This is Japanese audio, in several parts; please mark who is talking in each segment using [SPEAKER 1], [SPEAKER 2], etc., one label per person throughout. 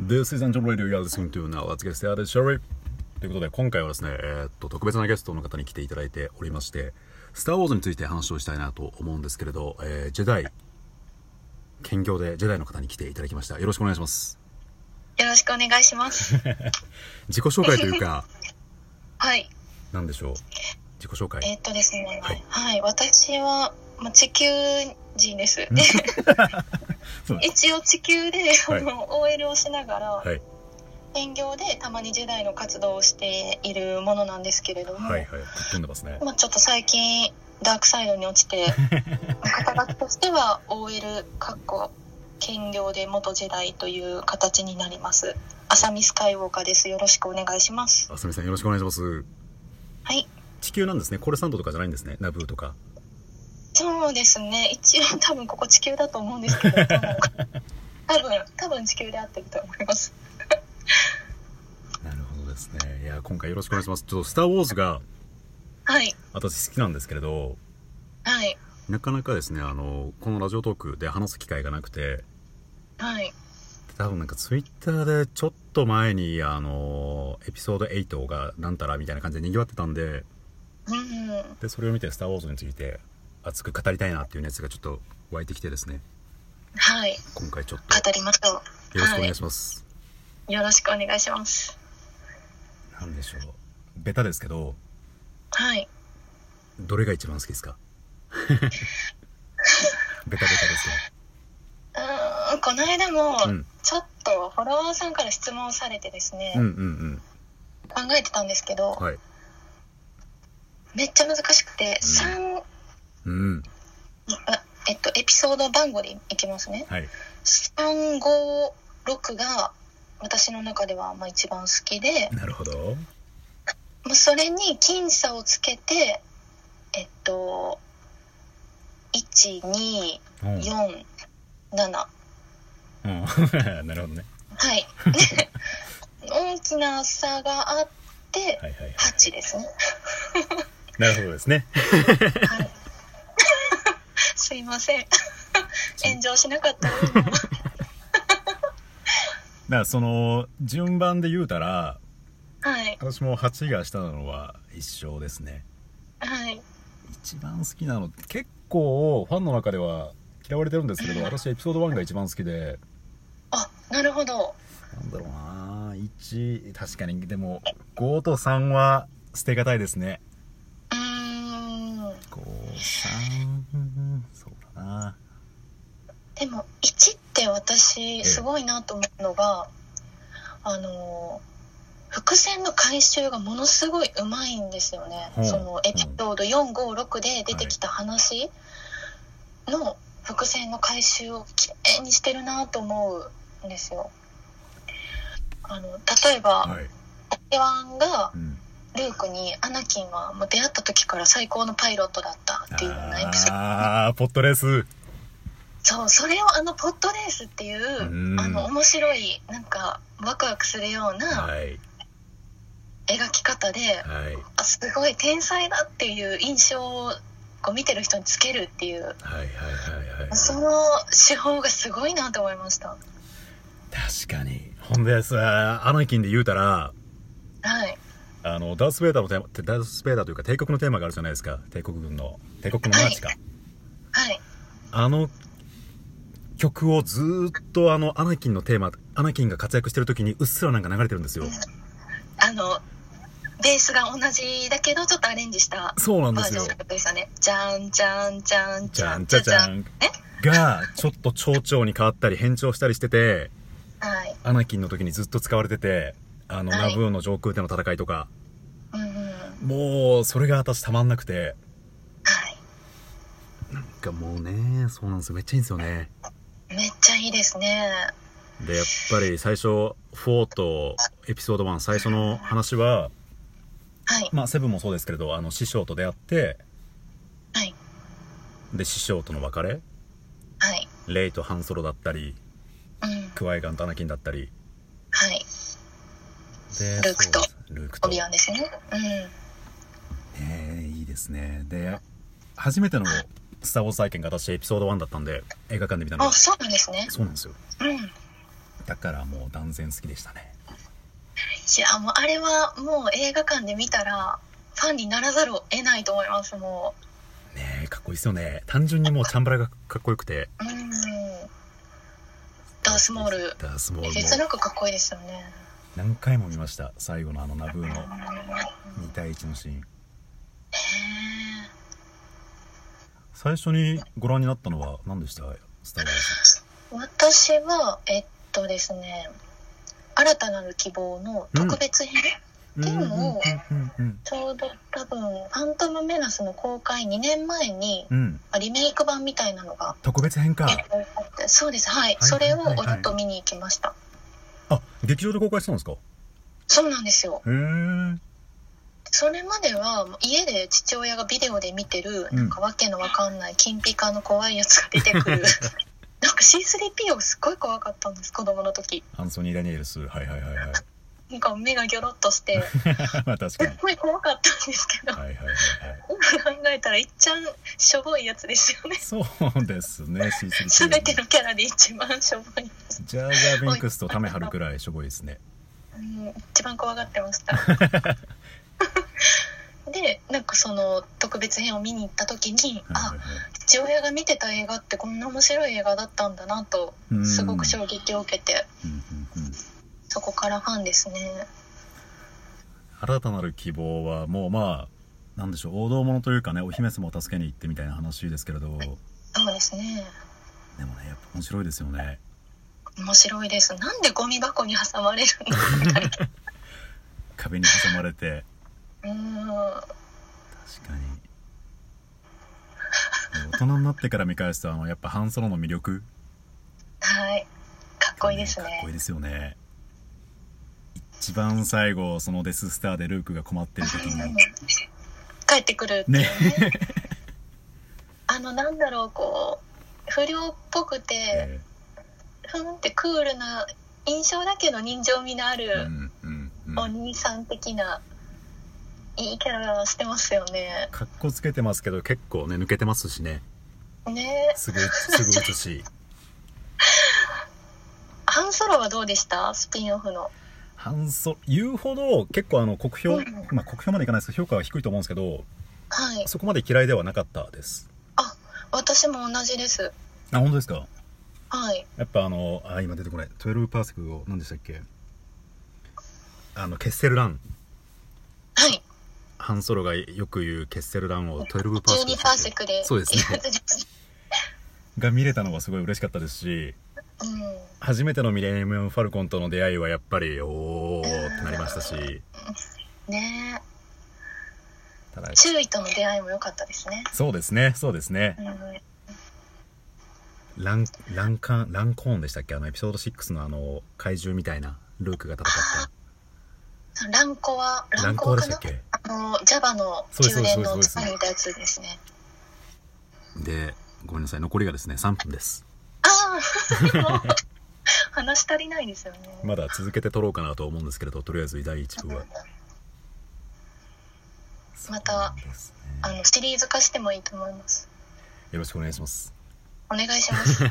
[SPEAKER 1] This is Angel Radio you're listening to now. Let's get started, shall we? ということで、今回はですね、えーっと、特別なゲストの方に来ていただいておりまして、スター・ウォーズについて話をしたいなと思うんですけれど、えージェダイ、兼業でジェダイの方に来ていただきました。よろしくお願いします。
[SPEAKER 2] よろしくお願いし ます。
[SPEAKER 1] 自己紹介という か、
[SPEAKER 2] はい。
[SPEAKER 1] なんでしょう。自己紹介。
[SPEAKER 2] えーっとですね。
[SPEAKER 1] は
[SPEAKER 2] はいい。私は、まあ、地球人です
[SPEAKER 1] そう。
[SPEAKER 2] 一応地球で、
[SPEAKER 1] はい
[SPEAKER 2] あの OL をしながら、
[SPEAKER 1] はい。
[SPEAKER 2] 専業でたまに時代の活動をしているものなんですけれども、
[SPEAKER 1] はいはい。ぶっ飛んでますね。
[SPEAKER 2] まあ、ちょっと最近、ダークサイドに落 ちて、肩書きとしては OL、かっこ、兼業で元時代という形になります。浅見スカイウォーカーです。よろしくお願いします。
[SPEAKER 1] あすみさん、よろしくお願いします。
[SPEAKER 2] はい。
[SPEAKER 1] 地球なんですね。コレサンドとかじゃないんですね。ナブーとか。
[SPEAKER 2] そうですね一応多分ここ地球だと思うんで すけど多分多分地球で合ってると思います
[SPEAKER 1] なるほどですね。いや、今回よろしくお願いします。ちょっと、スター・ウォーズが、
[SPEAKER 2] はい
[SPEAKER 1] 私好きなんですけれど、
[SPEAKER 2] はい
[SPEAKER 1] なかなかですね、あの、このラジオトークで話す機会がなくて、
[SPEAKER 2] はい
[SPEAKER 1] 多分なんかツイッターでちょっと前に、あの、エピソード8がなんたらみたいな感じで賑わってたんで、
[SPEAKER 2] うん
[SPEAKER 1] で、それを見てスター・ウォーズについて熱く語りたいなっていう熱がちょっと湧いてきてですね、
[SPEAKER 2] はい
[SPEAKER 1] 今回ちょっと
[SPEAKER 2] 語りましょ
[SPEAKER 1] よろしくお願いします。
[SPEAKER 2] うよろしくお願いします
[SPEAKER 1] なんでしょう。ベタですけど、
[SPEAKER 2] はい
[SPEAKER 1] どれが一番好きです かベタベタですよ。
[SPEAKER 2] うーんこの間も
[SPEAKER 1] うん
[SPEAKER 2] ちょっとフォロワーさんから質問されてですね、
[SPEAKER 1] うんうん
[SPEAKER 2] 考えてたんですけど、
[SPEAKER 1] うん。はい。
[SPEAKER 2] めっちゃ難しくて、三
[SPEAKER 1] うん。
[SPEAKER 2] あえっとエピソード番号でいきますね
[SPEAKER 1] はい。
[SPEAKER 2] 356が私の中ではまあ一番好きで、
[SPEAKER 1] なるほど。
[SPEAKER 2] まあ、それに僅差をつけてえっと1247
[SPEAKER 1] うん。うん。な るほどね。
[SPEAKER 2] はい大きな差があって
[SPEAKER 1] はいはいはい。
[SPEAKER 2] 8ですね
[SPEAKER 1] なるほどですね。
[SPEAKER 2] はいすいません炎上しなかった
[SPEAKER 1] だからその順番で言うたら
[SPEAKER 2] はい
[SPEAKER 1] 私も8が下なのは一緒ですね
[SPEAKER 2] はい
[SPEAKER 1] 一番好きなの結構ファンの中では嫌われてるんです けれど私エピソード1が一番好きで
[SPEAKER 2] あなるほど
[SPEAKER 1] なんだろうな1確かにでも5と3は捨てがたいですね
[SPEAKER 2] うーん
[SPEAKER 1] 53そうだな
[SPEAKER 2] でも1って
[SPEAKER 1] え
[SPEAKER 2] 私すごいなと思うのが、あのー伏線の回収がものすごいうまいんですよね、
[SPEAKER 1] ほう
[SPEAKER 2] そのエピソード456で出てきた話の伏線の回収をきれいにしてるなと思うんですよあの例えば
[SPEAKER 1] はい、
[SPEAKER 2] オビワンが
[SPEAKER 1] うん、
[SPEAKER 2] ルークに「アナキンはもう出会った時から最高のパイロットだった」っていうようなエピソード
[SPEAKER 1] ああポットレース
[SPEAKER 2] そうそれをあのポットレースっていう
[SPEAKER 1] うん
[SPEAKER 2] あの面白いなんかワクワクするような
[SPEAKER 1] はい
[SPEAKER 2] 描き方で、
[SPEAKER 1] はい
[SPEAKER 2] あすごい天才だっていう印象をこう見てる人につけるっていう
[SPEAKER 1] はいはいはいはい
[SPEAKER 2] その手法がすごいなと思いました
[SPEAKER 1] 確かにほんでさアナキンで言うたら
[SPEAKER 2] はい
[SPEAKER 1] あのダース・ベイダーのテーマダース・ベイダーというか帝国のテーマがあるじゃないですか帝国軍の帝国のマーチか、
[SPEAKER 2] はい
[SPEAKER 1] あの曲をずーっとあのアナキンのテーマアナキンが活躍してる時にうっすらなんか流れてるんですよ
[SPEAKER 2] あのベースが同じだけどちょっとアレンジした
[SPEAKER 1] そうなんで
[SPEAKER 2] バー
[SPEAKER 1] す
[SPEAKER 2] ジョ
[SPEAKER 1] よ
[SPEAKER 2] ンのことでしたねじゃんじゃんじゃん
[SPEAKER 1] じ
[SPEAKER 2] じ
[SPEAKER 1] ゃ
[SPEAKER 2] ゃ
[SPEAKER 1] ん
[SPEAKER 2] ん
[SPEAKER 1] じ
[SPEAKER 2] じ
[SPEAKER 1] ゃ
[SPEAKER 2] ゃ
[SPEAKER 1] じ
[SPEAKER 2] じ
[SPEAKER 1] ゃ
[SPEAKER 2] ゃん
[SPEAKER 1] んがちょっと蝶々に変わったり変調したりしてて
[SPEAKER 2] はい
[SPEAKER 1] アナキンの時にずっと使われててあの、
[SPEAKER 2] はい
[SPEAKER 1] ナブーの上空での戦いとか
[SPEAKER 2] うんうんは
[SPEAKER 1] もうそれが私たまんなくて
[SPEAKER 2] い
[SPEAKER 1] なんかもうねそうなんですよめっちゃいいんですよね
[SPEAKER 2] めっちゃいいですね
[SPEAKER 1] でやっぱり最初4とエピソード1最初の話は
[SPEAKER 2] はい
[SPEAKER 1] まあセブンもそうですけれどあの師匠と出会って
[SPEAKER 2] はい
[SPEAKER 1] で師匠との別れ
[SPEAKER 2] はい
[SPEAKER 1] レイとハンソロだったり
[SPEAKER 2] うん
[SPEAKER 1] クワイガンとアナキンだったり
[SPEAKER 2] はい
[SPEAKER 1] で
[SPEAKER 2] ルークと
[SPEAKER 1] そうですルークと
[SPEAKER 2] オビ
[SPEAKER 1] ね
[SPEAKER 2] アンですね。うん。
[SPEAKER 1] えいいですねで初めてのスター・ウォーズ体験が私エピソード1だったんで映画館で見たの
[SPEAKER 2] あ、
[SPEAKER 1] が
[SPEAKER 2] そうなんですね。
[SPEAKER 1] そうなんですよ
[SPEAKER 2] うん。
[SPEAKER 1] だからもう断然好きでしたね
[SPEAKER 2] いやもうあれはもう映画館で見たらファンにならざるを得ないと思いますも
[SPEAKER 1] ねえかっこいいですよね単純にもうチャンバラがかっこよくて
[SPEAKER 2] ううんダースモール
[SPEAKER 1] ダースモール
[SPEAKER 2] え
[SPEAKER 1] も
[SPEAKER 2] げつなくかっこいいですよね
[SPEAKER 1] 何回も見ました最後のあのナブーの
[SPEAKER 2] うん
[SPEAKER 1] 2対1のシーン
[SPEAKER 2] ね
[SPEAKER 1] 最初にご覧になったのは何でしたスター・ウォーズ
[SPEAKER 2] え私はえっとですね新たなる希望の特別編、でも
[SPEAKER 1] うんうんうん
[SPEAKER 2] ちょうど多分「ファントムメナス」の公開2年前に
[SPEAKER 1] うんうん
[SPEAKER 2] リメイク版みたいなのが
[SPEAKER 1] 特別編か
[SPEAKER 2] あってそうですはい、
[SPEAKER 1] い
[SPEAKER 2] それを
[SPEAKER 1] はいはい
[SPEAKER 2] おだと見に行きました
[SPEAKER 1] あ劇場で公開したんですかへ
[SPEAKER 2] そうなんですよ
[SPEAKER 1] えうん
[SPEAKER 2] それまでは家で父親がビデオで見てる
[SPEAKER 1] うん
[SPEAKER 2] なんかわけのわかんない金ピカの怖いやつが出て くるなんか C3P をすごい怖かったんです子供の時
[SPEAKER 1] アンソニー・ダニエルスはいはいはいはい
[SPEAKER 2] なんか目がギョロッとして
[SPEAKER 1] まあ確
[SPEAKER 2] す
[SPEAKER 1] か
[SPEAKER 2] っ
[SPEAKER 1] に
[SPEAKER 2] ごい怖かったんですけど
[SPEAKER 1] はいはいはいはい
[SPEAKER 2] 今考えたらいっちゃんしょぼいやつですよね
[SPEAKER 1] そうですね C3
[SPEAKER 2] 全てのキャラで一番しょぼい、
[SPEAKER 1] ジャージャー・ビンクスとタメハルくらいしょぼいですね
[SPEAKER 2] うん、一番怖がってました でなんかその特別編を見に行った時に、
[SPEAKER 1] はい
[SPEAKER 2] あ
[SPEAKER 1] はいはい
[SPEAKER 2] 父親が見てた映画ってこんな面白い映画だったんだなと
[SPEAKER 1] うん
[SPEAKER 2] すごく衝撃を受けて
[SPEAKER 1] うんうんうん
[SPEAKER 2] そこからファンですね
[SPEAKER 1] 新たなる希望はもうまあなんでしょう王道ものというかねお姫様を助けに行ってみたいな話ですけれどでも
[SPEAKER 2] そうですね
[SPEAKER 1] ねやっぱ面白いですよね
[SPEAKER 2] 面白いですなんでゴミ箱に挟まれる
[SPEAKER 1] 壁に挟まれて
[SPEAKER 2] のうーん
[SPEAKER 1] 確かに大人になってから見返すとあのやっぱ半ソロの魅力
[SPEAKER 2] はいかっこいいですね
[SPEAKER 1] かっこいいですよね一番最後そのデススターでルークが困ってる時
[SPEAKER 2] うん
[SPEAKER 1] に
[SPEAKER 2] 帰ってくるってい
[SPEAKER 1] ね
[SPEAKER 2] うね あのなんだろうこう不良っぽくて、
[SPEAKER 1] え
[SPEAKER 2] ふんってクールな印象だけど人情味のあ
[SPEAKER 1] えう
[SPEAKER 2] る
[SPEAKER 1] んうんうん
[SPEAKER 2] お兄さん的な、いいキャラしてますよね
[SPEAKER 1] かっこつけてますけど結構ね抜けてますしね
[SPEAKER 2] ね
[SPEAKER 1] すぐすぐ打つし
[SPEAKER 2] ハンソロはどうでしたスピンオフの
[SPEAKER 1] 半ソ言うほど結構あの酷評、
[SPEAKER 2] うん
[SPEAKER 1] まあ酷評までいかないですけど評価は低いと思うんですけど
[SPEAKER 2] はい
[SPEAKER 1] そこまで嫌いではなかったです
[SPEAKER 2] 私も同じです
[SPEAKER 1] あ本当ですか
[SPEAKER 2] はい
[SPEAKER 1] やっぱあのあ今出てこない12パーセクを何でしたっけあのケッセルラン
[SPEAKER 2] はい
[SPEAKER 1] ハンソロがよく言うケッセルランを12パーセクでしたっ
[SPEAKER 2] 12パー
[SPEAKER 1] け
[SPEAKER 2] セクで
[SPEAKER 1] そうですね
[SPEAKER 2] いいやつです
[SPEAKER 1] が見れたのはすごい嬉しかったですし
[SPEAKER 2] うん
[SPEAKER 1] 初めてのミレニアム・ファルコンとの出会いはやっぱりおーってなりました
[SPEAKER 2] ね
[SPEAKER 1] しただ
[SPEAKER 2] え周囲との出会いも良かったですね、
[SPEAKER 1] そうですねそうですね
[SPEAKER 2] うん
[SPEAKER 1] ランランカンランコーンでしたっけあのエピソード6のあの怪獣みたいなルークが戦った
[SPEAKER 2] ランコはラ
[SPEAKER 1] ラ
[SPEAKER 2] ン
[SPEAKER 1] ン
[SPEAKER 2] コ
[SPEAKER 1] コ
[SPEAKER 2] は
[SPEAKER 1] で
[SPEAKER 2] か
[SPEAKER 1] したっ
[SPEAKER 2] な
[SPEAKER 1] け
[SPEAKER 2] あの JAVA の
[SPEAKER 1] そうです
[SPEAKER 2] 宮殿
[SPEAKER 1] そう
[SPEAKER 2] の
[SPEAKER 1] ですそうです
[SPEAKER 2] 使いみたいなやつですね
[SPEAKER 1] でごめんなさい残りがですね3分です
[SPEAKER 2] ああ 話足りないですよね、
[SPEAKER 1] まだ続けて撮ろうかなと思うんですけれどとりあえず第1部は
[SPEAKER 2] また
[SPEAKER 1] そうです
[SPEAKER 2] あ
[SPEAKER 1] ね
[SPEAKER 2] のシリーズ化してもいいと思います
[SPEAKER 1] よろしくお願いします
[SPEAKER 2] お願いします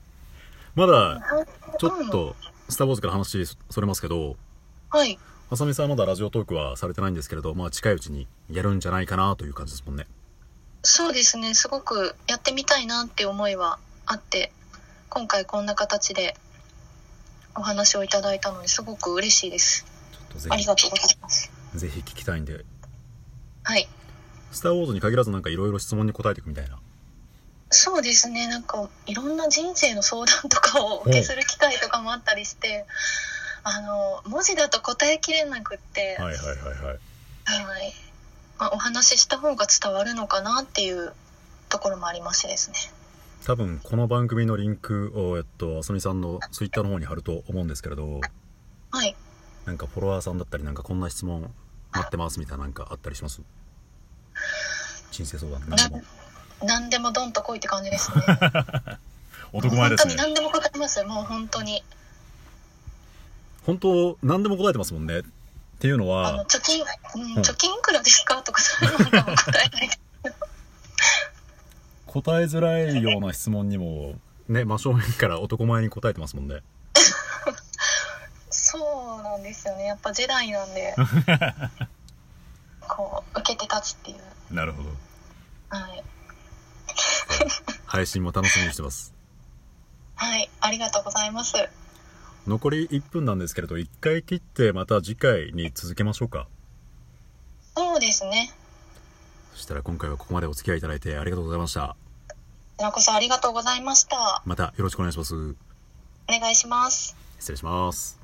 [SPEAKER 1] まだちょ
[SPEAKER 2] うん
[SPEAKER 1] っと「スター・ウォーズ」から話そそれますけど
[SPEAKER 2] はい
[SPEAKER 1] あさみさんはまだラジオトークはされてないんですけれどまあ近いうちにやるんじゃないかなという感じですもんね
[SPEAKER 2] そうですねすごくやってみたいなって思いはあって今回こんな形でお話をいただいたのにすごく嬉しいです
[SPEAKER 1] ちょっとぜ
[SPEAKER 2] ありがとうございます
[SPEAKER 1] ひぜひ聞きたいんで
[SPEAKER 2] はい
[SPEAKER 1] 「スター・ウォーズ」に限らずなんかいろいろ質問に答えていくみたいな
[SPEAKER 2] そうですねなんかいろんな人生の相談とかをお受けする機会とかもあったりしてあの文字だと答えきれなくって、
[SPEAKER 1] はいはいはいはい
[SPEAKER 2] はいまあ、お話しした方が伝わるのかなっていうところもありましてですね
[SPEAKER 1] 多分この番組のリンクをえっとあさみさんのツイッターの方に貼ると思うんですけれど
[SPEAKER 2] はい
[SPEAKER 1] なんかフォロワーさんだったりなんかこんな質問待ってますみたいななんかあったりします人生相談
[SPEAKER 2] な
[SPEAKER 1] 何でも
[SPEAKER 2] 何でもどんと来いって感じです ね
[SPEAKER 1] 男前です
[SPEAKER 2] 本当に
[SPEAKER 1] ね
[SPEAKER 2] 何でも答えますもう本当に
[SPEAKER 1] 本当何でも答えてますもんねっていうの
[SPEAKER 2] あの
[SPEAKER 1] は
[SPEAKER 2] 貯金、うん
[SPEAKER 1] うん
[SPEAKER 2] 貯金いくらですかとかそういうの多分答えない
[SPEAKER 1] 答えづらいような質問にもね真正面から男前に答えてますもんね
[SPEAKER 2] そうなんですよねやっぱジェダイなん でこう受けて立つっていう
[SPEAKER 1] なるほど
[SPEAKER 2] はい
[SPEAKER 1] 配信も楽しみにしてます
[SPEAKER 2] はいありがとうございます
[SPEAKER 1] 残り1分なんですけれど1回切ってまた次回に続けましょうか
[SPEAKER 2] そうですね
[SPEAKER 1] そしたら今回はここまでお付き合いいただいてありがとうございました
[SPEAKER 2] こちらこそありがとうございました
[SPEAKER 1] またよろしくお願いします
[SPEAKER 2] お願いします
[SPEAKER 1] 失礼します